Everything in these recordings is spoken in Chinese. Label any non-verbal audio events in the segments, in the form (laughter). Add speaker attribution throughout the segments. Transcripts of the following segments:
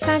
Speaker 1: 大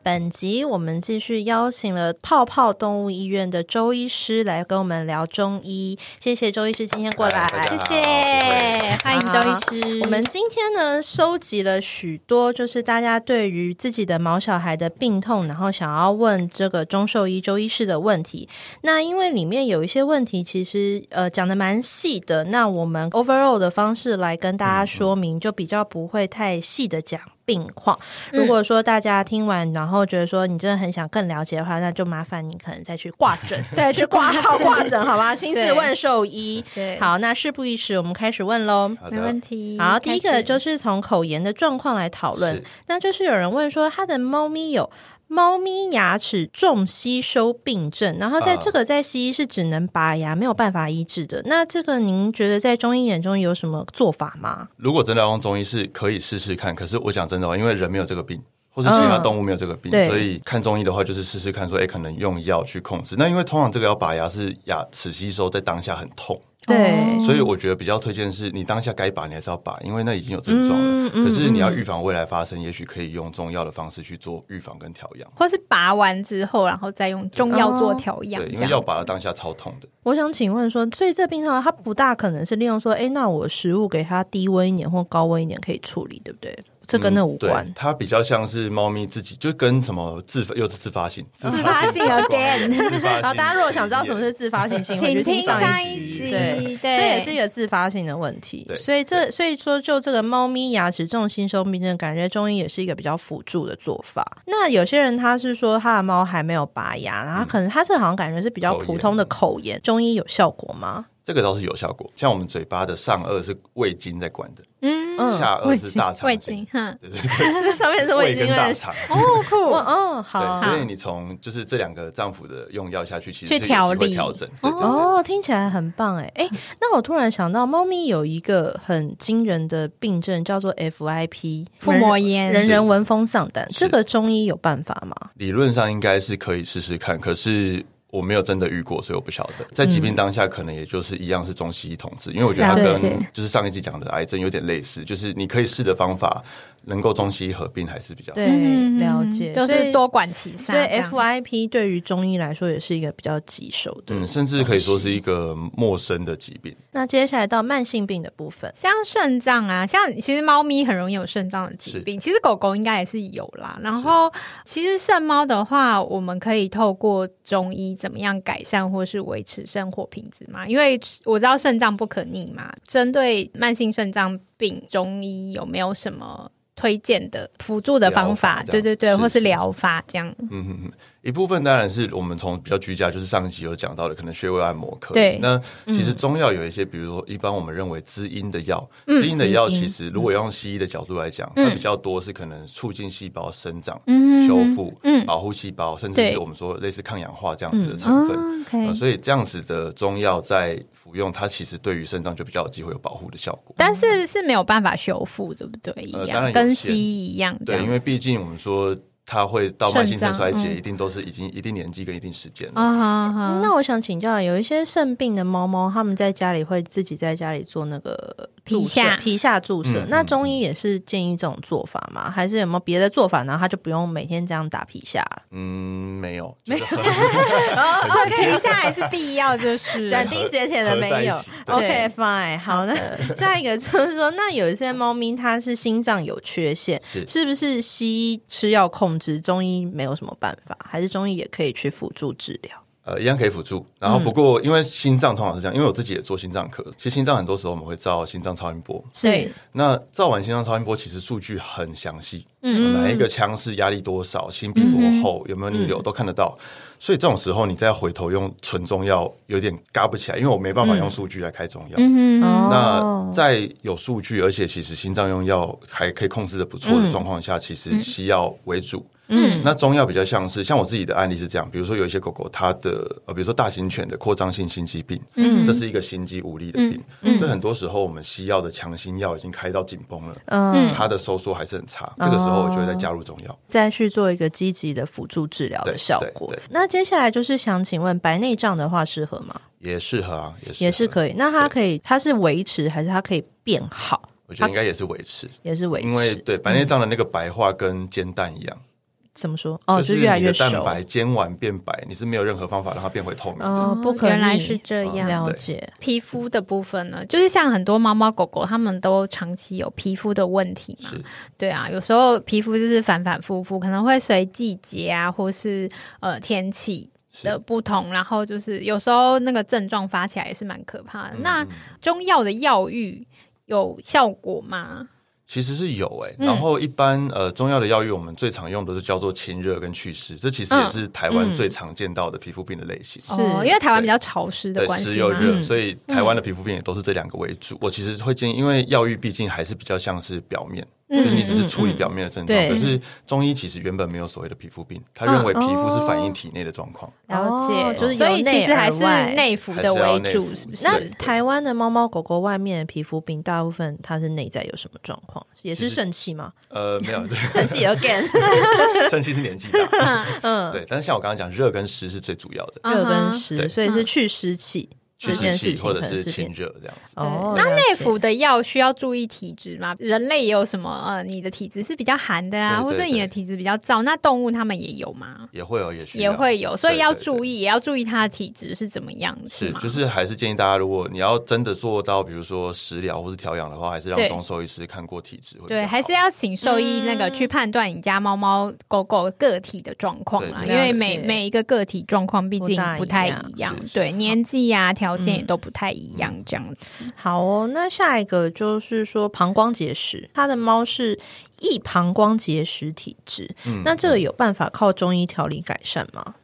Speaker 1: 本集我们继续邀请了泡泡动物医院的周医师来跟我们聊中医，谢谢周医师今天过来。
Speaker 2: 谢
Speaker 3: 哎嗨大家好
Speaker 2: 谢，欢迎周医师。
Speaker 1: 我们今天呢，收集了许多，就是大家对于自己的毛小孩的病痛，然后想要问这个钟兽医周医师的问题。那因为里面有一些问题，其实呃讲的蛮细的，那我们 overall 的方式来跟大家说明，就比较不会太细的讲。病况，
Speaker 2: 嗯
Speaker 1: 如果说大家听完，然后觉得说你真的很想更了解的话，那就麻烦你可能再去挂
Speaker 2: (laughs)
Speaker 1: 诊，
Speaker 2: 对
Speaker 1: 去挂号挂诊，好吗？亲自
Speaker 2: 对
Speaker 1: 问兽医。
Speaker 2: 对，，
Speaker 1: 好，那事不宜迟，我们开始问喽。
Speaker 3: 好
Speaker 2: 没问
Speaker 3: 的，
Speaker 2: 题。
Speaker 1: 好，第一个就是是从口炎的状况来讨论
Speaker 3: 嗯是。
Speaker 1: 那就是有人问说，他的猫咪有猫咪牙齿重吸收病症，然后在
Speaker 3: 啊
Speaker 1: 这个在西医是只能拔牙，没有办法医治的。那这个您觉得在中医眼中有什么做法吗？
Speaker 3: 如果真的要用中医是可以试试看，可是我讲真的、哦，因为人没有这个病，或是其他
Speaker 1: 嗯
Speaker 3: 动物没有这个病，
Speaker 1: 对
Speaker 3: 所以看中医的话就是试试看说，哎，可能用药去控制。那因为通常这个要拔牙是牙齿吸收在当下很痛，
Speaker 1: 对
Speaker 3: 所以我觉得比较推荐是你当下该拔你还是要拔，因为那已经有症状
Speaker 1: 嗯
Speaker 3: 了。
Speaker 1: 嗯
Speaker 3: 可是你要预防未来发生，也许可以用中药的方式去做预防跟调养。
Speaker 2: 或是拔完之后，然后再用中药做调养，
Speaker 3: 对，因
Speaker 2: 这
Speaker 3: 为
Speaker 2: 样
Speaker 3: 药拔了当下超痛的。
Speaker 1: 我想请问说，所以这病的话，它不大可能是利用说，哎，那我食物给它低温一点或高温一点可以处理，对不对？这跟那
Speaker 3: 嗯
Speaker 1: 无关
Speaker 3: 对。它比较像是猫咪自己，就跟什么自发又是自发性，自
Speaker 2: 自发性 again。
Speaker 3: 自发
Speaker 1: (laughs)
Speaker 3: 性
Speaker 1: 好，大家如果想知道什么是自发性行为，就
Speaker 2: (laughs) 请听
Speaker 1: 上
Speaker 2: 上
Speaker 1: 一
Speaker 2: 一
Speaker 1: 集。
Speaker 2: 集，
Speaker 1: 对，
Speaker 2: 对，
Speaker 1: 这也是一个自发性的问题，
Speaker 3: 对
Speaker 1: 所以这所以说，就这个猫咪牙齿重新收病症，感觉中医也是一个比较辅助的做法。那有些人他是说他的猫还没有拔牙，然后
Speaker 3: 嗯
Speaker 1: 可能他这好像感觉是比较普通的口炎，中医有效果吗？
Speaker 3: 这个倒是有效果。像我们嘴巴的上颚是胃经在管的，
Speaker 2: 嗯，
Speaker 1: 嗯，
Speaker 3: 下颚是大肠
Speaker 2: 味
Speaker 3: 经
Speaker 2: 精，，哼，
Speaker 3: 对对对，
Speaker 1: (laughs) 这上面是胃经
Speaker 3: 跟大
Speaker 1: 的。 (laughs)
Speaker 3: 肠。
Speaker 2: 哦酷
Speaker 1: 哦，嗯，好
Speaker 3: 对，。所以你从就是这两个脏腑的用药下去，其实
Speaker 2: 去
Speaker 3: 是有
Speaker 2: 调
Speaker 3: 机会
Speaker 2: 理
Speaker 3: 调整。对对对，
Speaker 1: 哦，听起来很棒哎
Speaker 3: (laughs)
Speaker 1: 哎，那我突然想到，猫咪有一个很惊人的病症，叫做 FIP
Speaker 2: 腹膜炎
Speaker 1: 人人闻风丧胆。
Speaker 3: 是
Speaker 1: 这个中医有办法吗？
Speaker 3: 理论上应该是可以试试看，可是。我没有真的遇过，所以我不晓得。在疾病当下，可能也就是一样是中西医统治，因为我觉得它
Speaker 2: 了
Speaker 3: 跟
Speaker 2: 解
Speaker 3: 就是上一集讲的癌症有点类似，就是你可以试的方法能够中西医合并还是比较好。
Speaker 2: 嗯
Speaker 1: 对，了解，
Speaker 2: 就
Speaker 1: 所以
Speaker 2: 是多管齐
Speaker 1: 所
Speaker 2: 下这
Speaker 1: 以
Speaker 2: 样，
Speaker 1: FIP 对于中医来说也是一个比较棘手的。
Speaker 3: 嗯，甚至可以说是一个陌生的疾病。
Speaker 1: 那接下来到慢性病的部分，
Speaker 2: 像肾脏啊，像其实猫咪很容易有肾脏的疾病，其实狗狗应该也是有啦。然后其实肾猫的话，我们可以透过中医怎么样改善或是维持生活品质嘛？因为我知道肾脏不可逆嘛，针对慢性肾脏病，中医有没有什么推荐的辅助的方
Speaker 3: 疗
Speaker 2: 法？
Speaker 3: 法这样
Speaker 2: 对对对，
Speaker 3: 是
Speaker 2: 或是
Speaker 3: 是
Speaker 2: 疗法这样？
Speaker 3: 嗯嗯嗯，一部分当然是我们从比较居家，就是上一集有讲到的，可能穴位按摩可以。
Speaker 2: 对嗯
Speaker 3: 那其实中药有一些，比如说一般我们认为滋阴的药，
Speaker 2: 嗯
Speaker 3: 滋阴的药
Speaker 1: 滋阴
Speaker 3: 其实如果要用西医的角度来讲，
Speaker 2: 嗯
Speaker 3: 它比较多是可能促进细胞生长、
Speaker 2: 嗯
Speaker 3: 修复、
Speaker 2: 嗯
Speaker 3: 保护细胞，甚至
Speaker 2: 对
Speaker 3: 是我们说类似抗氧化这样子的成分。
Speaker 2: 哦
Speaker 3: 呃
Speaker 2: ，OK。
Speaker 3: 所以这样子的中药在服用，它其实对于肾脏就比较有机会有保护的效果。
Speaker 2: 但是是没有办法修复，对不对？一
Speaker 3: 嗯呃当
Speaker 2: 样、
Speaker 3: 然有
Speaker 2: 跟
Speaker 3: 限
Speaker 2: 西医一样，这
Speaker 3: 对，
Speaker 2: 样
Speaker 3: 因为毕竟我们说它会到慢性
Speaker 2: 肾
Speaker 3: 肾
Speaker 2: 脏
Speaker 3: 衰竭，
Speaker 2: 嗯
Speaker 3: 一定都是已经一定年纪跟一定时间了。
Speaker 2: 啊哈哈。
Speaker 1: 那我想请教，有一些肾病的猫猫，它们在家里会自己在家里做那个
Speaker 2: 皮
Speaker 1: 注射
Speaker 2: 下
Speaker 1: 皮下注射，
Speaker 3: 嗯
Speaker 1: 那
Speaker 3: 嗯
Speaker 1: 中医也是建议这种做法吗？还是有没有别的做法，然后它就不用每天这样打皮下了？
Speaker 3: 嗯，没有，没
Speaker 2: (laughs)
Speaker 3: 有，
Speaker 2: 哦，所以皮下还是必要，就是
Speaker 1: 斩钉截铁的没有
Speaker 3: 合在一起。对
Speaker 1: OK fine，好，那 (laughs) 下一个就是说，那有一些猫咪它是心脏有缺陷，
Speaker 3: 是
Speaker 1: 是不是西医吃药控制，中医没有什么办法，还是中医也可以去辅助治疗？
Speaker 3: 呃，一样可以辅助。然
Speaker 2: 嗯
Speaker 3: 后不过，因为心脏通常是这样，因为我自己也做心脏科，其实心脏很多时候我们会照心脏超音波。
Speaker 2: 对，
Speaker 3: 那照完心脏超音波，其实数据很详细，
Speaker 2: 嗯
Speaker 3: 哪一个腔室压力多少，心壁多厚，有没有逆
Speaker 2: 嗯
Speaker 3: 流都看得到。所以这种时候，你再回头用纯中药，有点嘎不起来，因为我没办法用数据来开中药。
Speaker 2: 嗯哼，
Speaker 1: 哦
Speaker 3: 那在有
Speaker 2: 嗯
Speaker 3: 数据，而且其实心脏用药还可以控制的不错的状况下，其实西药为主。嗯，那中药比较像是像我自己的案例是这样，比如说有一些狗狗它的呃，比如说大型犬的扩张性心肌病，嗯，这是一个心肌无力的病，
Speaker 1: 嗯
Speaker 3: 所以很多时候我们西药的强心药已经开到紧绷了，
Speaker 1: 嗯，
Speaker 3: 它的收缩还是很差，这个时候我就会再加入中药。
Speaker 1: 再去做一个积极的辅助治疗的效果
Speaker 3: 对对对。
Speaker 1: 那接下来就是想请问，白内障的话适合吗？
Speaker 3: 也适合啊，也适合
Speaker 1: 也是可以。那它可以，它是维持还是它可以变好？
Speaker 3: 我觉得应该也是维持，
Speaker 1: 也是维持。
Speaker 3: 因为对白内障的那个白化跟煎蛋一样，
Speaker 1: 怎么说？哦，
Speaker 3: 就是
Speaker 1: 越来
Speaker 3: 你
Speaker 1: 越
Speaker 3: 的蛋
Speaker 1: 熟。
Speaker 3: 白煎完变白，你是没有任何方法让它变回透明的。
Speaker 1: 哦，不可逆哦
Speaker 2: 原来是这样。
Speaker 1: 了
Speaker 3: 对
Speaker 1: 解。
Speaker 2: 皮肤的部分呢，就是像很多猫猫狗狗，它们都长期有皮肤的问题嘛
Speaker 3: 是。
Speaker 2: 对啊，有时候皮肤就是反反复复，可能会随季节啊，或是呃天气。的不同，然后就是有时候那个症状发起来也是蛮可怕的。
Speaker 3: 嗯
Speaker 2: 那中药的药浴有效果吗？
Speaker 3: 其实是有诶、
Speaker 1: 嗯
Speaker 3: 然后一般呃中药的药浴，我们最常用的是叫做清热跟祛湿，这其实也是台湾最常见到的皮肤病的类型。
Speaker 1: 嗯是
Speaker 2: 哦因为台湾比较潮湿的
Speaker 3: 对
Speaker 2: 关
Speaker 3: 湿
Speaker 2: 系
Speaker 3: 又
Speaker 2: 吗？
Speaker 3: 热，
Speaker 1: 嗯
Speaker 3: 所以台湾的皮肤病也都是这两个为主。我其实会建议，因为药浴毕竟还是比较像是表面，
Speaker 2: 嗯
Speaker 3: 就是你只是处理表面的症状。
Speaker 1: 嗯嗯嗯嗯
Speaker 3: 可
Speaker 1: 对
Speaker 3: 是中医其实原本没有所谓的皮肤病，他认为皮肤是反映体内的状况。
Speaker 2: 了解，
Speaker 1: 哦就是由
Speaker 2: 所以其
Speaker 1: 内
Speaker 2: 实
Speaker 1: 而
Speaker 2: 还是
Speaker 1: 外
Speaker 2: 内服
Speaker 3: 还
Speaker 2: 的
Speaker 3: 是要
Speaker 2: 为
Speaker 3: 内
Speaker 2: 主，
Speaker 3: 服
Speaker 2: 是不是？
Speaker 1: 那
Speaker 3: 对
Speaker 1: 台湾的猫猫狗狗外面的皮肤病，大部分它是内在有什么状况？也是
Speaker 3: 其实
Speaker 1: 肾气
Speaker 3: (laughs)
Speaker 1: 吗？
Speaker 3: 呃，没有，
Speaker 1: (laughs) 肾气 again，
Speaker 3: 肾气是年纪
Speaker 1: (laughs)
Speaker 3: 大，嗯，对。但是像我刚刚讲，热跟湿是最主要的，
Speaker 2: 嗯哼嗯
Speaker 1: 热跟湿，
Speaker 3: 对
Speaker 1: 所以是去湿气
Speaker 3: 祛
Speaker 1: 这件
Speaker 3: 湿
Speaker 1: 事
Speaker 3: 气
Speaker 1: 情
Speaker 3: 或者
Speaker 1: 可能
Speaker 3: 是
Speaker 1: 是
Speaker 3: 清
Speaker 1: 变
Speaker 3: 热这样子。
Speaker 1: 哦，
Speaker 2: 那
Speaker 1: 了
Speaker 2: 内
Speaker 1: 解
Speaker 2: 服的药需要注意体质吗？人类也有什么呃，你的体质是比较寒的啊，
Speaker 3: 对对
Speaker 2: 或是你的
Speaker 3: 对
Speaker 2: 体质比较燥，那动物它们也有吗？
Speaker 3: 也会有，也需
Speaker 2: 也
Speaker 3: 要
Speaker 2: 会有，所以要
Speaker 3: 对对对
Speaker 2: 注意，也要注意它的体质是怎么样，
Speaker 3: 是，
Speaker 2: 吗？
Speaker 3: 就是还是建议大家，如果你要真的做到，比如说食疗或是调养的话，还是让
Speaker 2: 对
Speaker 3: 中兽医师看过体质会比较好。
Speaker 2: 对，还是要请兽医那个去判断你家猫猫狗狗个体的状况啦，因
Speaker 3: 对
Speaker 1: 对
Speaker 2: 为
Speaker 1: 了
Speaker 2: 每
Speaker 1: 解
Speaker 2: 每一个个体状况毕竟不
Speaker 1: 不
Speaker 2: 太
Speaker 1: 大一
Speaker 2: 一样
Speaker 3: 是，是嗯
Speaker 2: 对，年纪呀、条件也都不太一样，这样子。
Speaker 1: 好哦，那下一个就是说膀胱结石，它的猫是易膀胱结石体质，
Speaker 3: 嗯
Speaker 1: 那这个有办法靠中医调理改善吗？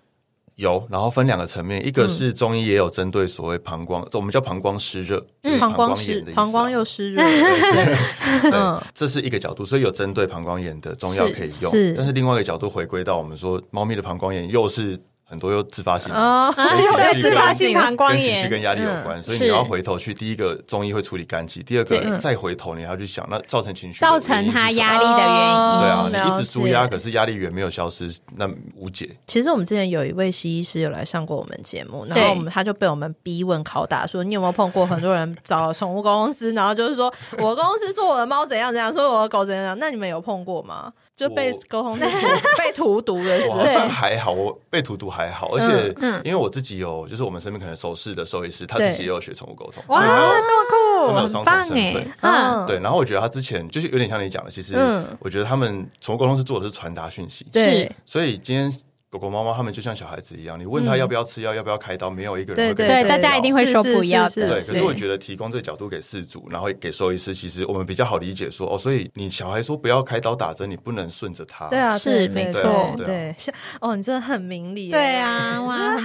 Speaker 3: 有，然后分两个层面，一个是
Speaker 2: 嗯
Speaker 3: 中医也有针对所谓膀胱，我们叫膀胱湿热，就是
Speaker 1: 嗯膀胱湿
Speaker 3: 炎的，意思啊
Speaker 1: 膀胱又湿热，
Speaker 2: (laughs)
Speaker 1: 嗯
Speaker 3: 对，这是一个角度，所以有针对膀胱炎的中药可以用。
Speaker 1: 是
Speaker 3: 但是另外一个角度回归到我们说，猫咪的膀胱炎又是很多又自发性的，
Speaker 1: 哦，
Speaker 3: (laughs)
Speaker 2: 哎
Speaker 1: (laughs)
Speaker 3: 对
Speaker 2: 自
Speaker 3: 自
Speaker 2: 发
Speaker 3: 发
Speaker 2: 性 (laughs)
Speaker 1: 性
Speaker 2: 膀
Speaker 1: 膀
Speaker 2: 胱
Speaker 3: 跟情绪
Speaker 2: 炎
Speaker 3: 跟压力有关，所以
Speaker 2: 嗯
Speaker 3: 你
Speaker 2: 是
Speaker 3: 要回头去，第一个中医会处理肝气，第二个
Speaker 2: 对
Speaker 3: 再回头你还要去想，那造成情绪的
Speaker 2: 造
Speaker 3: 原
Speaker 2: 成
Speaker 3: 因是
Speaker 2: 它
Speaker 3: 什么
Speaker 2: 压力嗯的原因，
Speaker 1: 哦
Speaker 3: 对啊，
Speaker 1: 了
Speaker 3: 你一直
Speaker 1: 解
Speaker 3: 舒压，可是压力源没有消失，那无解。
Speaker 1: 其实我们之前有一位西医师有来上过我们节目，然
Speaker 2: 对
Speaker 1: 后我们他就被我们逼问拷打说，你有没有碰过很多人找宠物公司，然后
Speaker 2: (laughs)
Speaker 1: 就是说我公司说我的猫怎样怎样，说我的狗怎样怎样，那你们有碰过吗？就被
Speaker 3: 我
Speaker 1: 沟通 (laughs) 被荼毒的
Speaker 2: (laughs)
Speaker 1: 时
Speaker 3: 我
Speaker 1: 候
Speaker 3: 好，像还好，我被荼毒还好，而且
Speaker 2: 嗯
Speaker 3: 因为我自己有，就是我们身边可能手势的兽医师，他自己
Speaker 1: 对
Speaker 3: 也有学宠物沟通，
Speaker 2: 哇，
Speaker 3: 所以他有
Speaker 2: 这
Speaker 3: 他们
Speaker 2: 么
Speaker 3: 有
Speaker 2: 酷，很
Speaker 3: 双重
Speaker 2: 棒
Speaker 3: 身
Speaker 2: 哎
Speaker 3: 份，
Speaker 2: 嗯，
Speaker 1: 嗯，
Speaker 3: 对，然后我觉得他之前就是有点像你讲的，其实
Speaker 1: 嗯
Speaker 3: 我觉得他们宠物沟通是做的是传达讯息，
Speaker 1: 对
Speaker 2: 是
Speaker 3: 所以今天狗狗、猫猫他们就像小孩子一样，你问他要不要吃药，要不要开刀，没有一个人
Speaker 1: 对
Speaker 3: 会跟
Speaker 1: 对
Speaker 3: 你
Speaker 2: 对
Speaker 3: 讲
Speaker 2: 大家
Speaker 3: 要
Speaker 2: 一定会说不要的
Speaker 1: 是是
Speaker 3: 对，
Speaker 1: 是
Speaker 3: 可
Speaker 1: 是
Speaker 3: 是我觉得提供这个角度给饲主，然后给兽医师，其实我们比较好理解说哦，所以你小孩说不要开刀打针，你不能顺着他，
Speaker 1: 对啊，对
Speaker 2: 是
Speaker 1: 对
Speaker 2: 没
Speaker 1: 对
Speaker 2: 错
Speaker 1: 对
Speaker 3: 对啊
Speaker 1: 像哦，你真的很明理耶，
Speaker 2: 对啊，哇，很
Speaker 1: 很优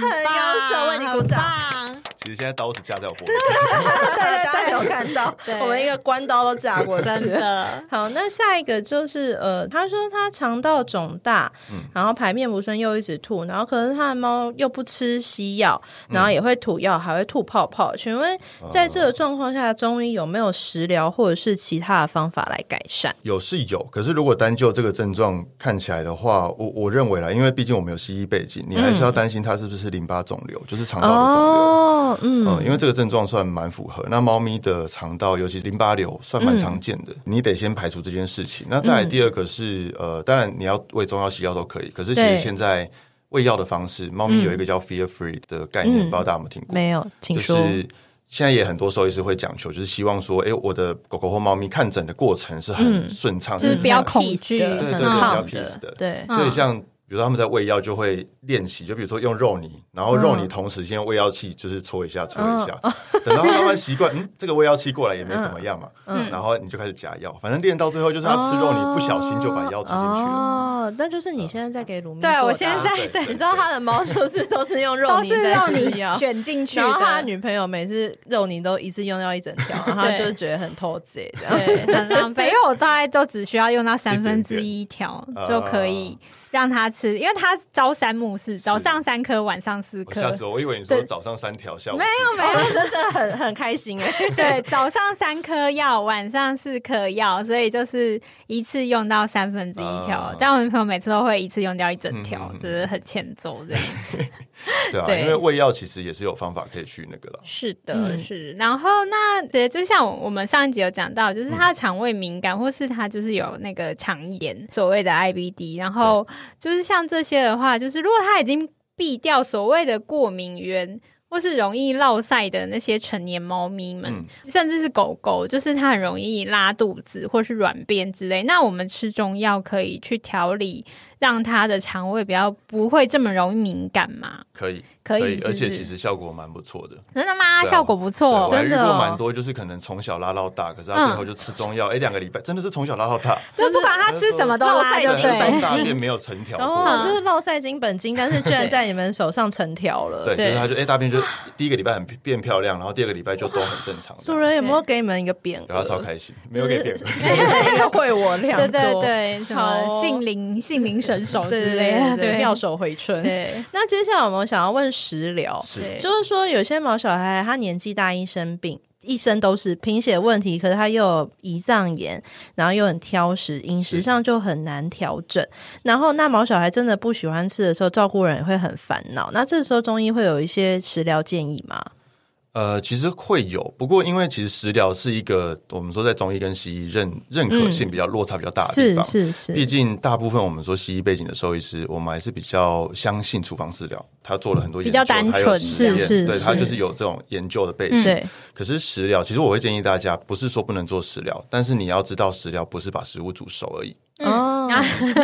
Speaker 1: 秀为你鼓掌
Speaker 2: 棒，很棒
Speaker 3: 其实现在刀是架在我脖子
Speaker 1: (laughs) 大家有看到
Speaker 2: (laughs) 对，
Speaker 1: 我们一个关刀都架过去
Speaker 2: 真
Speaker 1: 了。
Speaker 2: 的。
Speaker 1: 好，那下一个就是呃，他说他肠道肿大，
Speaker 3: 嗯
Speaker 1: 然后排便不顺又一直吐，然后可是他的猫又不吃西药，
Speaker 3: 嗯
Speaker 1: 然后也会吐药，还会吐泡泡。请问
Speaker 3: 哦
Speaker 1: 在这个状况下，中医有没有食疗或者是其他的方法来改善？
Speaker 3: (laughs) 有是有，可是如果单就这个症状看起来的话，我我认为啦，因为毕竟我们有西医背景，你还是要担心它是不是淋巴肿瘤，就是肠道的肿瘤。
Speaker 1: 哦，嗯，
Speaker 3: 嗯，因为这个症状算蛮符合。那猫咪的肠道，尤其是淋巴瘤，算蛮常见的。你得先排除这件事情。那再来第二个是，呃，当然你要喂中药、西药都可以。可是其
Speaker 1: 对
Speaker 3: 实现在喂药的方式，猫咪有一个叫 fear free 的概念，
Speaker 1: 嗯
Speaker 3: 不知道大家有没有听过？
Speaker 1: 没有，请
Speaker 3: 就
Speaker 1: 说。嗯
Speaker 3: 是现在也很多兽医师会讲求，就是希望说，哎、我的狗狗或猫咪看诊的过程是很顺畅，
Speaker 2: 就是不要
Speaker 3: 很
Speaker 2: 恐
Speaker 3: 快
Speaker 2: 惧
Speaker 1: 很 peace 的很
Speaker 3: 对对对比较
Speaker 1: 抗
Speaker 3: peace 的
Speaker 2: 嗯
Speaker 1: 对，
Speaker 3: 所以像比如说他们在喂药就会练习，就比如说用肉泥，然后
Speaker 2: 嗯
Speaker 3: 肉泥同时先用喂药器就是搓一下搓一下， (laughs) 等到他慢慢习惯，嗯，这个喂药器过来也没怎
Speaker 2: 嗯
Speaker 3: 么样嘛，然后你就开始夹药，反正练到最后就是他吃肉泥不小心就把药吃进去了。
Speaker 1: 哦，那就是你现在在 (laughs) 给鲁蜜做的啊。
Speaker 2: 对我现在
Speaker 3: 对
Speaker 2: 对
Speaker 1: 你知道他的猫就是都是用 (laughs) 肉
Speaker 2: 都
Speaker 1: 泥
Speaker 2: 是
Speaker 1: 在
Speaker 2: 让
Speaker 1: 吃
Speaker 2: 你
Speaker 1: 药，
Speaker 2: 卷进去的，
Speaker 1: 然后他的女朋友每次肉泥都一次用掉一整条，然后他
Speaker 2: 对
Speaker 1: 就觉得很偷贼这样。
Speaker 2: 对，很浪费，因为我大概都只需要用到三分之一条
Speaker 3: 点啊
Speaker 2: 就可以让它吃，因为它朝三暮四，早上三颗，晚上四
Speaker 3: 我
Speaker 2: 颗
Speaker 3: 吓。死我，我以为你说
Speaker 2: 对
Speaker 3: 早上三条，下午
Speaker 2: 没有没
Speaker 1: 哦，
Speaker 2: 有，
Speaker 1: 那真的很很开心哎。
Speaker 2: (laughs) 对，早上三颗药，晚上四颗药，所以就是一次用到三分之一条
Speaker 3: 啊。
Speaker 2: 这样我女朋友每次都会一次用掉一整条
Speaker 3: 嗯嗯，嗯
Speaker 2: 就是很欠揍这样。
Speaker 3: 有对啊，
Speaker 2: 对
Speaker 3: 因为喂药其实也是有方法可以去那个了。
Speaker 2: (laughs) 是的，
Speaker 1: 嗯
Speaker 2: 是。然后那对，就像我们上一集有讲到，就是他的肠胃敏感，或是他就是有那个肠炎，所谓的 IBD。然后就是像这些的话，就是如果他已经避掉所谓的过敏源。或是容易落晒的那些成年猫咪们，
Speaker 3: 嗯
Speaker 2: 甚至是狗狗，就是它很容易拉肚子或是软便之类。那我们吃中药可以去调理，让它的肠胃比较不会这么容易敏感嘛？
Speaker 3: 可以，
Speaker 2: 可以是不
Speaker 3: 而且
Speaker 2: 是
Speaker 3: 其实效果蛮不错的。
Speaker 2: 真的吗？
Speaker 3: 对啊
Speaker 2: 效果不
Speaker 3: 对
Speaker 2: 错，
Speaker 3: 我还遇
Speaker 1: 真的
Speaker 3: 过
Speaker 1: 哦
Speaker 3: 蛮多，就是可能从小拉到大，可是他最
Speaker 2: 嗯
Speaker 3: 后就吃中药，哎，两个礼拜真的是从小拉到大，
Speaker 2: 就不管他吃什么都拉
Speaker 1: 哎
Speaker 2: 就
Speaker 1: 呦
Speaker 3: 但
Speaker 1: 对哦
Speaker 2: 对。
Speaker 3: 是从大便没有成条
Speaker 1: 然后就
Speaker 3: 过。
Speaker 1: 是落赛金本金，但是居然在你们手上成条了。
Speaker 3: 对，就
Speaker 2: 对
Speaker 3: 是他就哎大便就第一个礼拜很变漂亮，然后第二个礼拜就都很正常。
Speaker 1: 主人有没有给你们一个匾额？
Speaker 3: 然后超开心，没有给变。
Speaker 1: 一个会我良
Speaker 2: 对
Speaker 1: 多，
Speaker 2: 对对，
Speaker 3: (laughs)
Speaker 2: 什
Speaker 1: 好
Speaker 2: 么
Speaker 1: 哦
Speaker 2: 杏林杏林神手
Speaker 1: 对
Speaker 2: 之
Speaker 1: 对
Speaker 2: 类
Speaker 1: 对
Speaker 2: 的，
Speaker 1: 对，
Speaker 2: 对
Speaker 1: 妙手回春。
Speaker 2: 对
Speaker 1: 那接下来我们想要问食疗，
Speaker 3: 是
Speaker 2: 对
Speaker 1: 就是说有些毛小孩他年纪大一生病，一生都是贫血问题，可是他又有胰脏炎，然后又很挑食，饮食
Speaker 3: 是
Speaker 1: 上就很难调整。然后那毛小孩真的不喜欢吃的时候，照顾人也会很烦恼。那这时候中医会有一些食疗建议吗？
Speaker 3: 呃，其实会有，不过因为其实食疗是一个我们说在中医跟西医认认可性比较落差比较大的地
Speaker 1: 是
Speaker 3: 方。
Speaker 1: 是
Speaker 3: 毕
Speaker 1: 是，
Speaker 3: 竟大部分我们说西医背景的兽医师，我们还是比较相信处方饲料，他做了很多研究，
Speaker 2: 比较单纯
Speaker 3: 他有实验
Speaker 1: 是是
Speaker 3: 对
Speaker 1: 是嗯
Speaker 3: 他就是有这种研究的背景。
Speaker 1: 对，
Speaker 3: 可是食疗，其实我会建议大家，不是说不能做食疗，但是你要知道食疗不是把食物煮熟而已，
Speaker 1: 哦，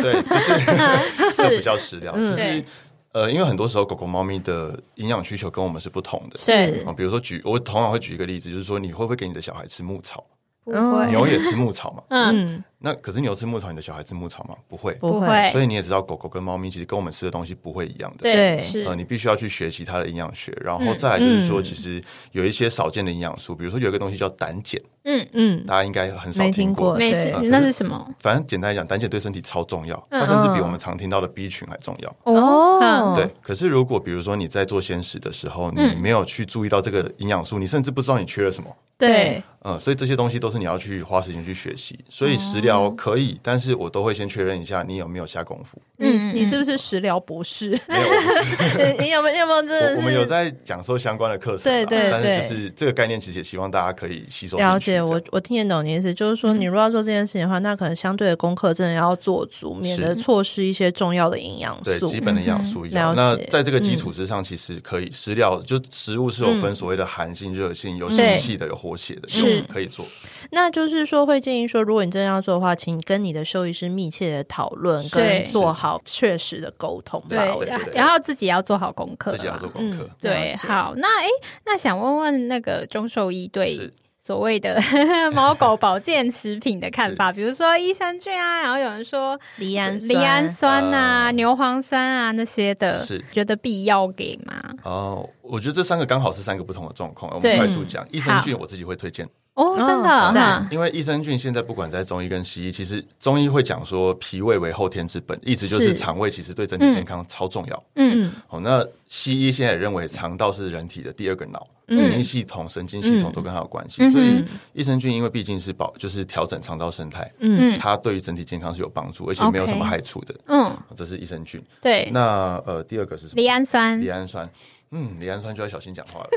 Speaker 3: 对，就是这比较食疗，
Speaker 1: 嗯
Speaker 3: 就是
Speaker 2: 对
Speaker 3: 呃，因为很多时候狗狗、猫咪的营养需求跟我们是不同的。
Speaker 1: 是
Speaker 3: 哦，比如说举我通常会举一个例子，就是说你会不会给你的小孩吃牧草？
Speaker 2: 不
Speaker 1: 嗯
Speaker 2: 会，
Speaker 3: 牛也吃牧草嘛？
Speaker 2: 嗯，
Speaker 1: 嗯，
Speaker 3: 那可是牛吃牧草，你的小孩吃牧草吗？不会。
Speaker 1: 不
Speaker 2: 不会
Speaker 3: 所以你也知道，狗狗跟猫咪其实跟我们吃的东西不会一样的。
Speaker 1: 对
Speaker 2: 是
Speaker 3: 呃，你必须要去学习它的营养学，然后再来就是说，其实有一些少见的营养素，比如说有一个东西叫胆碱，
Speaker 2: 嗯，
Speaker 1: 嗯，
Speaker 3: 大家应该很少
Speaker 1: 没听
Speaker 3: 听过
Speaker 1: 过。
Speaker 2: 没
Speaker 1: 对
Speaker 2: 事
Speaker 3: 嗯可，是
Speaker 2: 那是什么？
Speaker 3: 反正简单来讲，胆碱对身体超重要，
Speaker 2: 嗯
Speaker 3: 它甚至比我们常听到的 B 群还重要。
Speaker 1: 哦，
Speaker 3: 对，可是如果比如说你在做鲜食的时候，你
Speaker 2: 嗯
Speaker 3: 没有去注意到这个营养素，你甚至不知道你缺了什么。
Speaker 1: 对，
Speaker 3: 嗯，所以这些东西都是你要去花时间去学习。所以食疗可以，但是我都会先确认一下你有没有下功夫。
Speaker 1: 你
Speaker 2: 嗯嗯
Speaker 1: 你是不是食疗博士？
Speaker 3: 没有，我不是
Speaker 1: (laughs) 你有没有有没有真的
Speaker 3: 我
Speaker 1: 是
Speaker 3: 我们有在讲授相关的课程
Speaker 1: 对
Speaker 3: 啦，
Speaker 1: 对
Speaker 3: 但
Speaker 1: 对
Speaker 3: 是就是这个概念，其实也希望大家可以吸收进去
Speaker 1: 了解，
Speaker 3: 这样
Speaker 1: 我我听得懂你的意思，就是说，
Speaker 3: 嗯
Speaker 1: 你如果要做这件事情的话，那可能相对的功课真的要做足，免
Speaker 2: 嗯
Speaker 1: 得错失一些重要的营养
Speaker 3: 对
Speaker 1: 素。嗯
Speaker 3: 基本的营养素一
Speaker 1: 了
Speaker 3: 样。
Speaker 1: 解
Speaker 3: 那在这个基础之上，其实可以食疗，就食物是有
Speaker 1: 嗯
Speaker 3: 分所谓的寒性、热性，有
Speaker 2: 对
Speaker 3: 心气的，有活血的，
Speaker 2: 是
Speaker 3: 有可以做。
Speaker 1: 那就是说，会建议说，如果你真的要做的话，请跟你的兽医师密切的讨论，
Speaker 2: 对
Speaker 1: 跟做好确实的沟通吧。我
Speaker 2: 对
Speaker 1: 觉
Speaker 3: 对
Speaker 1: 得
Speaker 3: 对
Speaker 2: 然后自己要做好功课啦，
Speaker 3: 自己要做功课
Speaker 1: 嗯。
Speaker 2: 对，
Speaker 1: 了解
Speaker 2: 好，那诶，那想问问那个钟兽医对
Speaker 3: 是
Speaker 2: 所谓的 (laughs) 猫狗保健食品的
Speaker 3: (laughs)
Speaker 2: 看法，比如说益生菌啊，然后有人说
Speaker 1: 离氨
Speaker 2: 赖氨
Speaker 1: 酸
Speaker 2: 酸啊、
Speaker 3: 啊
Speaker 2: 牛磺酸啊那些的，
Speaker 3: 是
Speaker 2: 觉得必要给吗？
Speaker 3: 哦，我觉得这三个刚好是三个不同的状况，我
Speaker 2: 对
Speaker 3: 们快速
Speaker 1: 嗯
Speaker 3: 讲。益生菌我自己会推荐，
Speaker 2: 哦，真的
Speaker 1: 哦赞
Speaker 2: 哈，
Speaker 3: 因为益生菌现在不管在中医跟西医，其实中医会讲说脾胃为后天之本，意思就是是肠胃其实对整体健康超重要。
Speaker 2: 嗯
Speaker 3: 哦，那西医现在也认为肠道是人体的第二个脑，
Speaker 1: 嗯
Speaker 3: 免疫系统、神经系统都跟它有关系，
Speaker 2: 嗯
Speaker 3: 所以
Speaker 2: 嗯
Speaker 3: 益生菌因为毕竟是保，就是调整肠道生态，
Speaker 1: 嗯
Speaker 2: 嗯
Speaker 3: 它对于整体健康是有帮助，而且没有什么
Speaker 2: OK
Speaker 3: 害处的。
Speaker 2: 嗯，
Speaker 3: 这是益生菌。
Speaker 2: 对，
Speaker 3: 那呃，第二个是什么？
Speaker 2: 赖氨酸
Speaker 3: 赖氨酸。嗯，赖氨酸就要小心讲话了。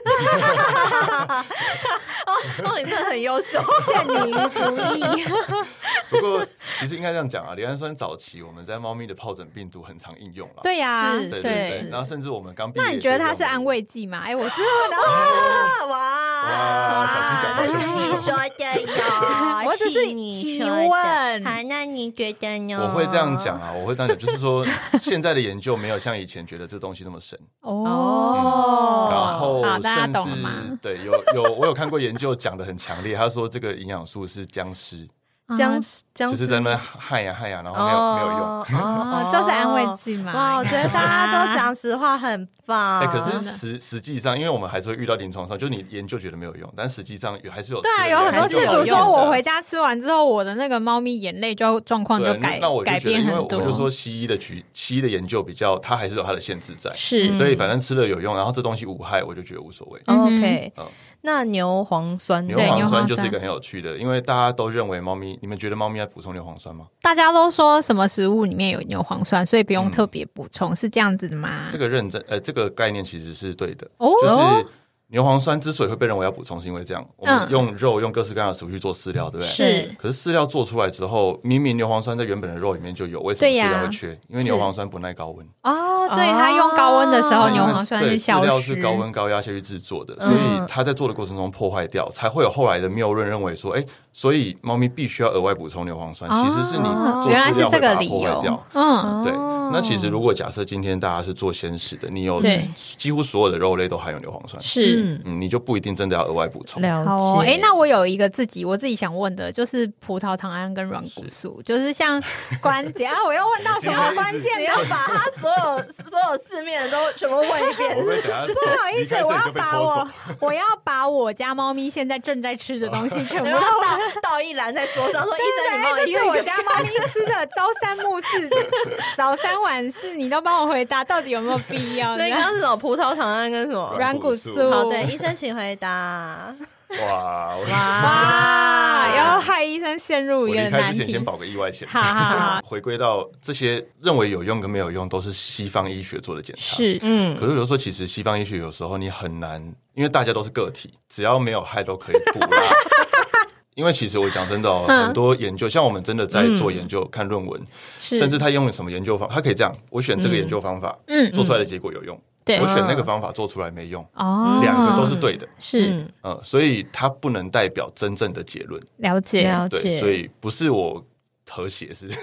Speaker 1: 哦，你真的很优秀。
Speaker 3: (laughs)
Speaker 2: 陷你于不义，
Speaker 3: 不过其实应该这样讲啊，赖氨酸早期我们在猫咪的疱疹病毒很常应用了。
Speaker 2: 对呀，
Speaker 1: 是
Speaker 3: 对
Speaker 1: 是
Speaker 3: 对
Speaker 1: 是
Speaker 3: 对，然后甚至我们刚毕业，
Speaker 2: 那你觉得它是安？慰剂吗？哎，我
Speaker 3: (laughs)
Speaker 2: 是会
Speaker 1: 哇
Speaker 2: 的，
Speaker 3: 哇小心讲话小心
Speaker 1: (laughs) 你说的有，
Speaker 2: 我就是
Speaker 1: 你
Speaker 2: 提
Speaker 1: 说
Speaker 2: 问
Speaker 1: 的。好，那你觉得呢？
Speaker 2: 哦
Speaker 3: 我会这样讲啊，我会这样讲，就是说现在的研究没有像以前觉得这东西那么深，
Speaker 2: 哦
Speaker 3: 然后
Speaker 2: 好，大家
Speaker 3: 甚
Speaker 2: 懂了
Speaker 3: 至
Speaker 2: 吗？嗯
Speaker 3: 对有有我有看过研究讲的很强烈，他说这个营养素是僵尸，
Speaker 1: 僵
Speaker 2: 啊
Speaker 1: 尸，僵
Speaker 3: 就
Speaker 1: 尸
Speaker 3: 是在那边害呀害呀，然后哦没有没有
Speaker 1: 用，
Speaker 3: 用。(laughs)
Speaker 1: 哦
Speaker 2: 哦，就是安慰剂嘛。
Speaker 1: 哇，我觉得大家
Speaker 2: (laughs)
Speaker 1: 都讲实话很棒。
Speaker 3: 哎、可是实实际上，因为我们还是会遇到临床上，就是你研究觉得没有用，但实际上有还是有
Speaker 2: 对啊，有很多
Speaker 1: 还是
Speaker 2: 事
Speaker 1: 有
Speaker 2: 主
Speaker 1: 用
Speaker 2: 说
Speaker 1: 的
Speaker 2: 我回家吃完之后，我的那个猫咪眼泪就状况就
Speaker 3: 对，那
Speaker 2: 改
Speaker 3: 那我就
Speaker 2: 改
Speaker 3: 觉得，
Speaker 2: 变
Speaker 3: 因
Speaker 2: 很
Speaker 3: 为我
Speaker 2: 多。
Speaker 3: 就说西医的局，西医的研究比较，它还是有它的限制在，
Speaker 1: 嗯
Speaker 2: 是嗯
Speaker 3: 所以反正吃了有用，然后这东西无害，我就觉得无所谓。
Speaker 1: OK，
Speaker 3: 嗯
Speaker 1: 那牛磺酸
Speaker 3: 牛
Speaker 2: 对
Speaker 3: 磺
Speaker 2: 牛
Speaker 3: 酸
Speaker 2: 磺
Speaker 3: 就是一个
Speaker 2: 酸
Speaker 3: 很有趣的，因为大家都认为猫咪，你们觉得猫咪要补充牛磺酸吗？
Speaker 2: 大家都说什么食物里面有牛磺酸，所以不用
Speaker 3: 嗯
Speaker 2: 特别补充，是这样子的吗
Speaker 3: 这？个认真，呃，这个概念其实是对的，
Speaker 2: 哦
Speaker 3: 就是牛磺酸之所以会被认为要补充，是因为这样，我们
Speaker 2: 嗯
Speaker 3: 用肉、用各式各样的食物去做饲料，对不对？
Speaker 1: 是
Speaker 3: 可是饲料做出来之后，明明牛磺酸在原本的肉里面就有，为什么
Speaker 2: 对呀
Speaker 3: 饲料会缺？因为
Speaker 2: 是
Speaker 3: 牛磺酸不耐高温。
Speaker 2: 哦，所以它用高温的时候，
Speaker 1: 哦
Speaker 2: 牛磺酸
Speaker 3: 对
Speaker 2: 是
Speaker 3: 饲料
Speaker 2: 消
Speaker 3: 是
Speaker 2: 失。
Speaker 3: 高温高压下去制作的，
Speaker 1: 嗯
Speaker 3: 所以它在做的过程中破坏掉，才会有后来的谬论认为说，哎，所以猫咪必须要额外补充牛磺酸，
Speaker 2: 哦
Speaker 3: 其实是你做
Speaker 2: 原来
Speaker 3: 饲
Speaker 2: 是
Speaker 3: 料
Speaker 2: 这
Speaker 3: 会
Speaker 2: 个
Speaker 3: 把它
Speaker 2: 理
Speaker 3: 破坏
Speaker 2: 由
Speaker 3: 掉。。
Speaker 2: 嗯，
Speaker 3: 对，那其实如果假设今天大家是做鲜食的，你有
Speaker 2: 对
Speaker 3: 几乎所有的肉类都含有牛磺酸，
Speaker 2: 是。
Speaker 1: 嗯，
Speaker 3: 嗯，你就不一定真的要额外补充。
Speaker 1: 了
Speaker 2: 好哦，
Speaker 1: 解。
Speaker 2: 哎，那我有一个自己我自己想问的，就是葡萄糖胺跟软骨素，就是像关 (laughs) 节啊，我又问到什么关键
Speaker 1: 你
Speaker 2: 的？
Speaker 1: 要把他所有所有市面的都全 (laughs) 部问一遍
Speaker 2: (laughs)
Speaker 3: 我。会等下
Speaker 2: 不好意
Speaker 3: 离
Speaker 2: 思，
Speaker 3: 开这
Speaker 2: 我
Speaker 3: 里
Speaker 2: 要
Speaker 3: 就被
Speaker 2: 把
Speaker 3: 偷走
Speaker 2: 我。我 (laughs) 要把我家猫咪现在正在吃的东
Speaker 3: (laughs)
Speaker 2: 西全
Speaker 1: (laughs)
Speaker 2: 部
Speaker 1: 然后
Speaker 2: 都
Speaker 1: 倒倒一篮在桌上，说：“医生，你帮我
Speaker 2: 这
Speaker 1: 一
Speaker 2: 是
Speaker 1: 个 (laughs)
Speaker 2: 我
Speaker 1: 一个
Speaker 2: 家猫咪吃的，朝三暮四， (laughs) 早三晚四，你都帮我回答，到底有没有
Speaker 1: (laughs)
Speaker 2: 必要呢
Speaker 1: 所以？刚刚是什么葡萄糖胺跟什
Speaker 2: (laughs)
Speaker 1: 么？
Speaker 2: 软
Speaker 3: 软
Speaker 2: 骨
Speaker 3: 骨
Speaker 2: 素，
Speaker 3: 素
Speaker 1: 好，对，医生请回答。
Speaker 3: 哇，我
Speaker 2: 啊，
Speaker 1: 哇
Speaker 2: 要害医生陷入
Speaker 3: 我
Speaker 2: 一个
Speaker 3: 离开
Speaker 2: 难
Speaker 3: 之前
Speaker 2: 题
Speaker 3: 先。保个意外险。
Speaker 2: 好好好，
Speaker 3: 回归到这些认为有用跟没有用，都是西方医学做的检查。。
Speaker 2: 是
Speaker 1: 嗯，
Speaker 3: 可是有时候，其实西方医学有时候你很难，因为大家都是个体，只要没有害都可以补啦。 (laughs) 因为其实我讲真的、哦，
Speaker 2: 嗯
Speaker 3: 很多研究，像我们真的在做研究、看论文，
Speaker 2: 是
Speaker 3: 甚至他用什么研究方，他可以这样：我选这个研究方法，
Speaker 2: 嗯
Speaker 3: 做出来的结果有用；
Speaker 2: 对嗯
Speaker 3: 我选那个方法做出来没用，
Speaker 2: 哦，
Speaker 3: 两个都是对的。
Speaker 2: 是
Speaker 1: 嗯
Speaker 3: 嗯，所以它不能代表真正的结论。
Speaker 2: 哦了解。
Speaker 1: 了
Speaker 3: 对，所
Speaker 1: 解。
Speaker 3: 以不是我和谐是。
Speaker 2: (laughs)
Speaker 3: (laughs)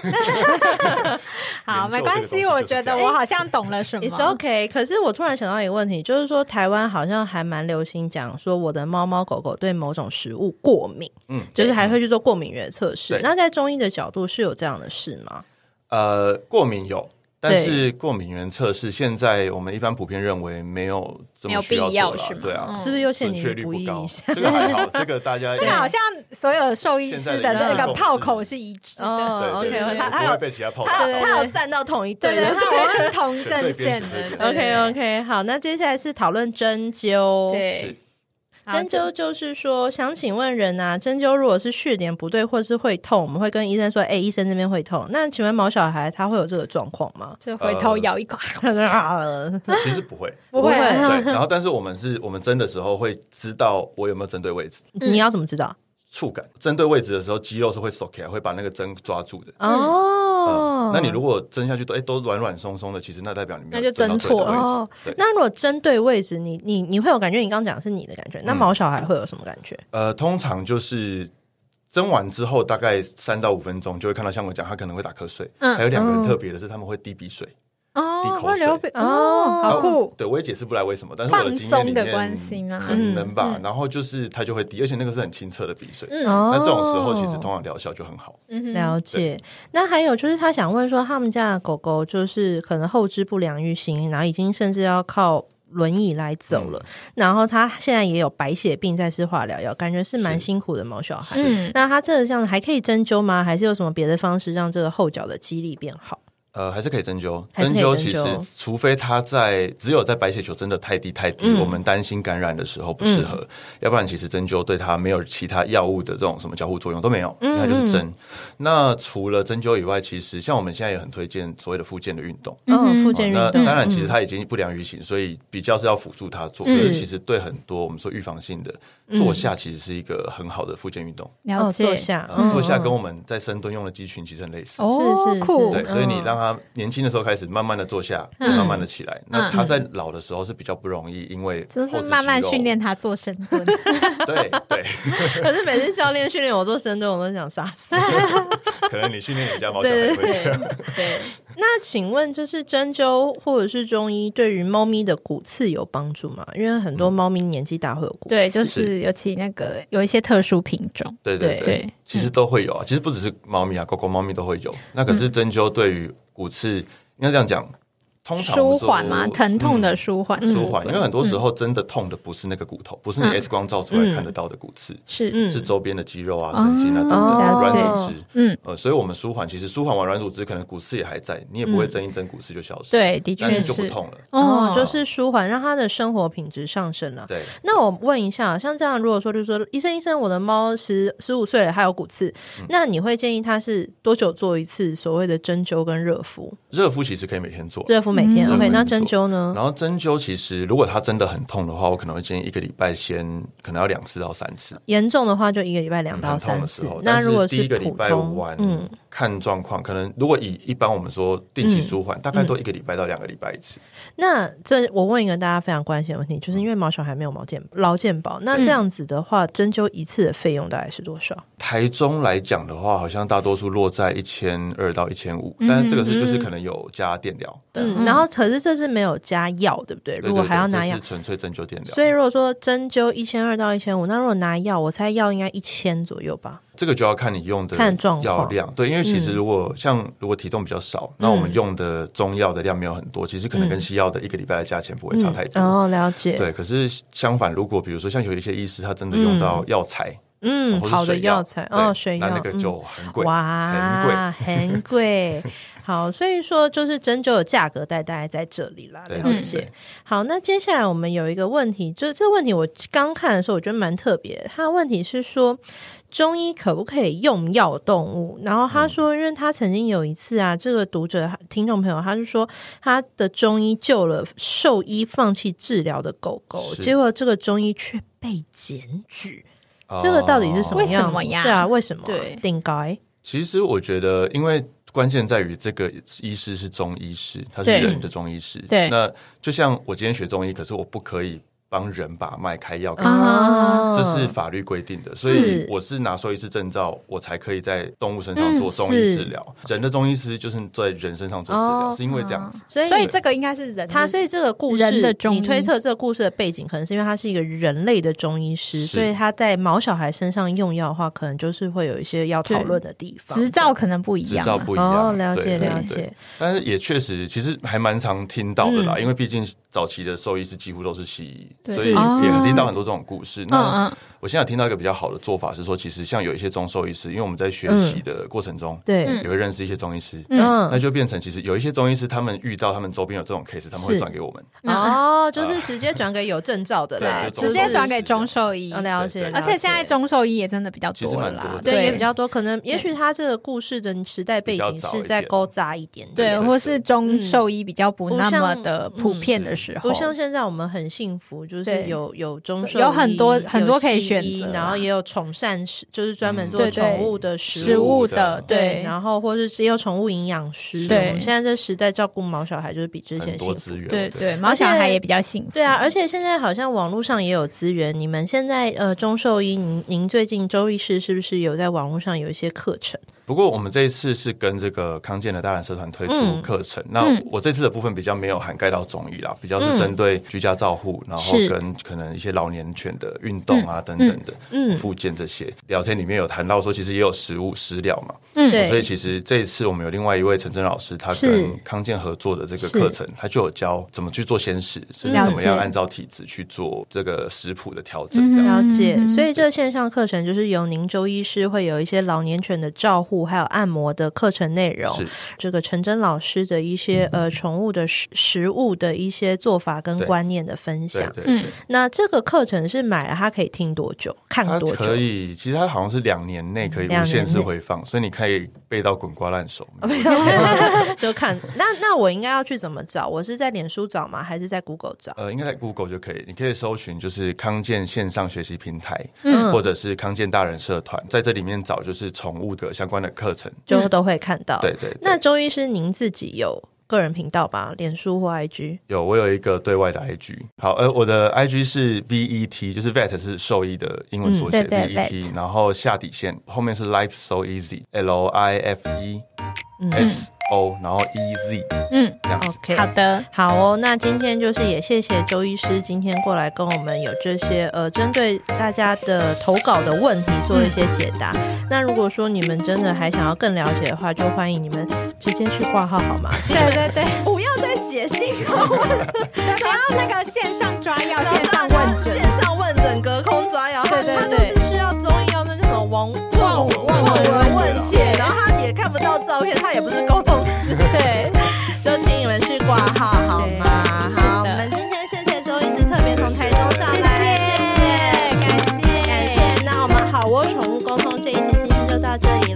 Speaker 2: 好，
Speaker 3: 研究
Speaker 2: 没关
Speaker 3: 这个东
Speaker 2: 系，
Speaker 3: 西
Speaker 2: 我
Speaker 3: 就
Speaker 2: 觉
Speaker 3: 是这
Speaker 2: 得
Speaker 3: 样
Speaker 2: 我好像懂了什
Speaker 1: It's
Speaker 2: 么。
Speaker 1: OK，可是我突然想到一个问题，就是说台湾好像还蛮流行讲说我的猫猫狗狗对某种食物过敏，
Speaker 3: 嗯
Speaker 1: 就是还会去做过敏原测试。
Speaker 3: 对
Speaker 1: 那在中医的角度是有这样的事吗？
Speaker 3: 呃，过敏有，但
Speaker 1: 对
Speaker 3: 是过敏原测试现在我们一般普遍认为没有这
Speaker 2: 没
Speaker 3: 么
Speaker 2: 有
Speaker 3: 需
Speaker 2: 必
Speaker 3: 要
Speaker 2: 要
Speaker 3: 做啦
Speaker 2: 是吗
Speaker 3: 对啊
Speaker 2: 嗯，
Speaker 1: 是不是又欠
Speaker 3: 准
Speaker 1: 你
Speaker 3: 确率
Speaker 1: 不
Speaker 3: 不
Speaker 1: 义
Speaker 3: 高
Speaker 1: 一下？，
Speaker 3: 这个还好，这个
Speaker 1: (laughs)
Speaker 3: 大家
Speaker 2: 这个好像所有兽医师的那个炮口是一致的。
Speaker 1: 哦
Speaker 3: 对对对
Speaker 1: ，OK，
Speaker 3: 对
Speaker 1: 他
Speaker 3: 不
Speaker 1: 他有
Speaker 3: 会被其
Speaker 2: (laughs)
Speaker 3: 他泡
Speaker 1: 他
Speaker 2: 对
Speaker 1: 有
Speaker 2: 对
Speaker 3: 到。
Speaker 1: 他有站到同一
Speaker 2: 对
Speaker 1: 队
Speaker 2: 对，
Speaker 1: 的。
Speaker 2: 对我们是同阵
Speaker 3: 对
Speaker 2: 线
Speaker 3: 边选
Speaker 2: 的
Speaker 3: 对。边
Speaker 2: 对
Speaker 1: (laughs) OK OK，好，那接下来是讨论针灸。，
Speaker 3: 是
Speaker 2: 对，好
Speaker 1: 针灸就是说，想请问人啊，针灸如果是血点不对或是会痛，我们会跟医生说，哎、医生这边会痛。那请问毛小孩他会有这个状况吗？ (laughs)
Speaker 2: 就回头咬一口，嗯
Speaker 3: 其实不会，
Speaker 2: (laughs) 不会 (laughs)
Speaker 1: 不
Speaker 3: 对。然后，但是我们是我们针的时候会知道我有没有针对位置，
Speaker 1: 你要怎么知道？
Speaker 3: 触感针对位置的时候，肌肉是会收起来，会把那个针抓住的。
Speaker 1: 哦
Speaker 3: 嗯，那你如果针下去都哎都软软松松的，其实那代表你没有
Speaker 2: 那就针
Speaker 3: 到对的
Speaker 2: 错
Speaker 3: 位
Speaker 2: 了
Speaker 3: 置
Speaker 1: 哦
Speaker 3: 对，
Speaker 1: 那如果针对位置，你你你会有感觉？你刚刚讲的是你的感觉，
Speaker 3: 嗯
Speaker 1: 那毛小孩会有什么感觉？
Speaker 3: 呃，通常就是蒸完之后大概三到五分钟，就会看到像我讲，他可能会打瞌睡。
Speaker 2: 嗯
Speaker 3: 还有两个
Speaker 1: 嗯
Speaker 3: 很特别的是，他们会滴鼻水。滴
Speaker 2: 哦，
Speaker 3: 口
Speaker 2: 会流鼻
Speaker 3: 水
Speaker 2: 哦，好酷，
Speaker 3: 对，我也解释不来为什么，但是我的经
Speaker 2: 放松
Speaker 3: 验里
Speaker 2: 的
Speaker 3: 面
Speaker 2: 关系嗯吗
Speaker 3: 可能吧。然后就是他就会滴，而且那个是很清澈的鼻水。
Speaker 2: 嗯
Speaker 1: 哦，
Speaker 3: 那这种时候其实通常疗效就很好。
Speaker 2: 嗯哼
Speaker 1: 了解。那还有就是，他想问说，他们家的狗狗就是可能后肢不良于行，然后已经甚至要靠轮椅来走了，然后他现在也有白血病在吃化疗药，感觉是蛮
Speaker 3: 嗯是
Speaker 1: 辛苦的毛小孩。
Speaker 2: 嗯，
Speaker 1: 那他这个这样还可以针灸吗？还是有什么别的方式让这个后脚的肌力变好？
Speaker 3: 呃，还是可以针灸。
Speaker 1: 还是
Speaker 3: 针
Speaker 1: 可以针灸
Speaker 3: 灸其实，除非他在只有在白血球真的太低太低，
Speaker 1: 嗯
Speaker 3: 我们担心感染的时候不适合，要不然其实针灸对他没有其他药物的这种什么交互作用都没有，因为它就是
Speaker 1: 嗯
Speaker 3: 针。那除了针灸以外，其实像我们现在也很推荐所谓的复健的运动。
Speaker 2: 嗯
Speaker 1: 嗯，
Speaker 2: 哼
Speaker 1: 附件运
Speaker 3: 哦那
Speaker 1: 动。嗯
Speaker 3: 当然，其实它已经不良于行，所以比较是要辅助他做。可
Speaker 1: 是嗯
Speaker 3: 是其实对很多我们说预防性的坐下，其实是一个很好的复健运动。
Speaker 2: 了
Speaker 1: 哦，
Speaker 2: 解，
Speaker 1: 坐下，
Speaker 3: 呃
Speaker 1: 嗯
Speaker 3: 坐下跟我们在深蹲用的肌群其实很类似。
Speaker 2: 哦
Speaker 1: 是是是
Speaker 2: 酷
Speaker 3: 对，所以你让他它年轻的时候开始慢慢的坐下，
Speaker 2: 嗯
Speaker 3: 再慢慢的起来。那它在老的时候是比较不容易，因为
Speaker 2: 就是慢慢训练。他做深蹲，
Speaker 3: 对对， (laughs)
Speaker 1: 可是每次教练训练我做深蹲，我都想杀 (laughs) 死。
Speaker 3: 可能你训练你家猫小孩会这样。
Speaker 1: 对，那请问就是针灸或者是中医对于猫咪的骨刺有帮助吗？因为很多猫咪年纪大会有骨刺，
Speaker 2: 对， (laughs) 就是尤其那个有一些特殊品种，
Speaker 3: 对对对，其实都会有啊。其实不只是猫咪啊，狗狗、猫咪都会有。那可是针灸对于骨刺，应该这样讲。通常
Speaker 2: 舒缓嘛，疼痛的舒缓，嗯
Speaker 3: 嗯舒缓。因为很多时候真的痛的不是那个骨头，不是你 X 光照出
Speaker 2: 嗯
Speaker 3: 来看得到的骨刺，
Speaker 1: 嗯
Speaker 2: 是
Speaker 3: 是周边的肌肉啊、神经啊
Speaker 1: 哦
Speaker 3: 等等软组织。嗯，呃，所以我们舒缓，其实舒缓完软组织，可能骨刺也还在，你也不会针一针骨刺就消失。
Speaker 2: 对，的确
Speaker 3: 是就不痛了。
Speaker 1: 哦，就是舒缓，让他的生活品质上升了。
Speaker 3: 对。
Speaker 1: 那我问一下，像这样，如果说就是说，医生医生，我的猫十十五岁了，还有骨刺，那你会建议它是多久做一次所谓的针灸跟热敷？
Speaker 3: 热敷其实可以每天做。
Speaker 1: 热敷每天、嗯、，OK。那针灸呢？
Speaker 3: 然后针灸其实，如果它真的很痛的话，我可能会建议一个礼拜先，可能要两次到三次。
Speaker 1: 严重的话，就一个礼拜两到三次。嗯、那如果
Speaker 3: 第一个礼拜完，嗯，看状况，可能如果以一般我们说定期舒缓，嗯、大概都一个礼拜到两个礼拜一
Speaker 1: 嗯
Speaker 3: 次。
Speaker 1: 那这我问一个大家非常关心的问题，就是因为毛小孩没有毛健劳健保，
Speaker 3: 嗯
Speaker 1: 那这样子的话，针灸一次的费用大概是多少？
Speaker 3: 台中来讲的话，好像大多数落在一千二到一千五，但是这个是就是可能有加电疗。
Speaker 1: 嗯，然后可是这是没有加药，对不对？如果还要拿药，
Speaker 3: 纯粹针灸电疗。
Speaker 1: 所以如果说针灸一千二到一千五，那如果拿药，我猜药应该一千左右吧。
Speaker 3: 这个就要看你用的
Speaker 1: 看状嗯
Speaker 3: 药量，对，因为其实如果像如果体重比较少，那我们用的中药的量没有很多，其实可能跟西药的一个礼拜的价钱不会差太多。
Speaker 1: 嗯哦，了解。
Speaker 3: 对，可是相反，如果比如说像有一些医师，他真的用到药材。
Speaker 1: 嗯，好的药材哦，水药嗯
Speaker 3: 那个就很贵，
Speaker 1: 哇，很贵。好，所以说就是针灸的价格带大概在这里啦，了
Speaker 2: 嗯
Speaker 1: 解。好，那接下来我们有一个问题，就是这个问题我刚看的时候我觉得蛮特别，他的问题是说。中医可不可以用药动物？然后他说，因为他曾经有一次啊，这个读者听众朋友，他是说他的中医救了兽医放弃治疗的狗狗，结果这个中医却被检举，哦、这个到底是什么样？
Speaker 2: 为什么呀？
Speaker 1: 对啊，为什么、啊？
Speaker 2: 对，
Speaker 1: 顶该。
Speaker 3: 其实我觉得，因为。关键在于这个医师是中医师，他是人的中医师。
Speaker 2: 对，
Speaker 3: 那就像我今天学中医，可是我不可以帮人把脉开药，
Speaker 1: 啊、
Speaker 3: 这是法律规定的。所以我嗯是拿兽医师证照，我才可以在动物身上做中医治疗。嗯、人的中医师就是在人身上做治疗，哦、是因为这样子。
Speaker 1: 所以，
Speaker 2: 所以这个应该是人
Speaker 1: 他，所以这个故事
Speaker 2: 人的中
Speaker 1: 你推测这个故事的背景，可能是因为他是一个人类的中医师，所以他在毛小孩身上用药的话，可能就是会有一些要讨论的地方。
Speaker 2: 执照可能不一样，啊
Speaker 3: 执照不一样。
Speaker 1: 哦，了解了
Speaker 3: 解。但是也确实，其实还蛮常听到的啦，嗯、因为毕竟早期的兽医师几乎都是西医。所以也听到很多这种故
Speaker 2: 嗯
Speaker 3: 事。那我现在听到一个比较好的做法是说，其实像有一些中兽医师，因为我们在学习的过程中，
Speaker 1: 对，
Speaker 2: 嗯
Speaker 3: 也会认识一些中医师，嗯，那就变成其实有一些中医师，他们遇到他们周边有这种 case，他们会转给我们。
Speaker 2: 嗯
Speaker 1: 哦，就是直接转给有证照的啦，
Speaker 2: 啊
Speaker 1: 哦
Speaker 2: 直接转给中兽医。
Speaker 1: 了解。
Speaker 2: 而且现在中兽医也真的比较多
Speaker 3: 啦，
Speaker 1: 对，也比较多。可能也许他这个故事的时代背景是在勾扎一点，
Speaker 2: 对，或是
Speaker 1: 嗯
Speaker 2: 中兽医比较不那么的普遍的时候，
Speaker 1: 不像现在嗯我们很幸福。就是有有中兽，
Speaker 2: 有很多很多可以选择，啊嗯
Speaker 1: 然后也有宠善，就是专门做宠物的
Speaker 2: 食物的，
Speaker 1: 对，然后或是也有宠物营养师。
Speaker 2: 对，
Speaker 1: 现在这时代照顾毛小孩就是比之前幸福，
Speaker 2: 对对，毛小孩也比较幸福。
Speaker 1: 对啊，而且现在好像网络上也有资源，你们现在呃中兽医，您您最近周医师是不是有在网络上有一些课程？
Speaker 3: 不过我们这一次是跟这个康健的大人社团推出课程，那我这次的部分比较没有涵盖到中医啦，比较是针对居家照护，然后跟可能一些老年犬的运动啊等等
Speaker 1: 嗯
Speaker 2: 嗯
Speaker 3: 的附件这些。聊天里面有谈到说，其实也有食物食疗嘛，
Speaker 1: 嗯，对，
Speaker 3: 所以其实这一次我们有另外一位陈真老师，他跟康健合作的这个课程，他就有教怎么去做鲜食，甚至怎么样按照体质去做这个食谱的调整。
Speaker 2: 嗯
Speaker 1: 了解，所以这个线上课程就是由您周医师会有一些老年犬的照护。还有按摩的课程内容，这个陈真老师的一些
Speaker 3: 嗯
Speaker 1: 呃宠物的食食物的一些做法跟观念的分享。
Speaker 3: 嗯，
Speaker 1: 那这个课程是买了，它可以听多久？看多久？
Speaker 3: 可以，其实它好像是两年内可以无限次回放，所以你可以背到滚瓜烂熟。
Speaker 1: 哦就看那那我应该要去怎么找？我是在脸书找吗？还是在 Google 找？
Speaker 3: 呃，应该在 Google 就可以，你可以搜寻就是康健线上学习平台，嗯，或者是康健大人社团，在这里面找就是宠物的相关的。的课程。
Speaker 1: 就都会看到。
Speaker 3: 对对对
Speaker 1: 那周医师，您自己有个人频道吧？脸书或 IG？
Speaker 3: 有我有一个对外的 IG，好，呃，我的 IG 是 VET，就是 VET 是兽医的英文缩写、
Speaker 2: 嗯对对
Speaker 3: VET，然后下底线后面是 Life So Easy，L I F E S O，、然后 E Z
Speaker 2: 嗯，
Speaker 3: 这样子。
Speaker 1: 嗯 OK，
Speaker 2: 好的，
Speaker 1: 好哦，那今天就是也谢谢周医师今天过来跟我们有这些呃针对大家的投稿的问题做一些解答。那如果说你们真的还想要更了解的话，就欢迎你们直接去挂号好吗？请你
Speaker 2: 对
Speaker 1: 们
Speaker 2: (laughs) 对对，
Speaker 1: 不要再写信跟问
Speaker 2: 不要那个线上抓
Speaker 1: (laughs)
Speaker 2: 药，线
Speaker 1: 然后大
Speaker 2: 上问
Speaker 1: 家
Speaker 2: 诊。
Speaker 1: 线上问诊隔空抓药，
Speaker 2: 对对
Speaker 1: 他他
Speaker 2: 对
Speaker 1: 就是需要中医药那个什么王
Speaker 2: 望
Speaker 1: 望闻
Speaker 2: 望闻
Speaker 1: 问
Speaker 2: 问
Speaker 1: 切，然后他也看不到照片，他也不是沟通师。
Speaker 2: 对，
Speaker 1: 就请你们去挂号好吗？
Speaker 2: 对
Speaker 1: 好，
Speaker 2: 是的
Speaker 1: 我们今天谢谢周医师特别从台中上
Speaker 2: 谢
Speaker 1: 来，
Speaker 2: 谢，感谢，
Speaker 1: 感谢。那我们好窝宠物沟通这一期今天就到这里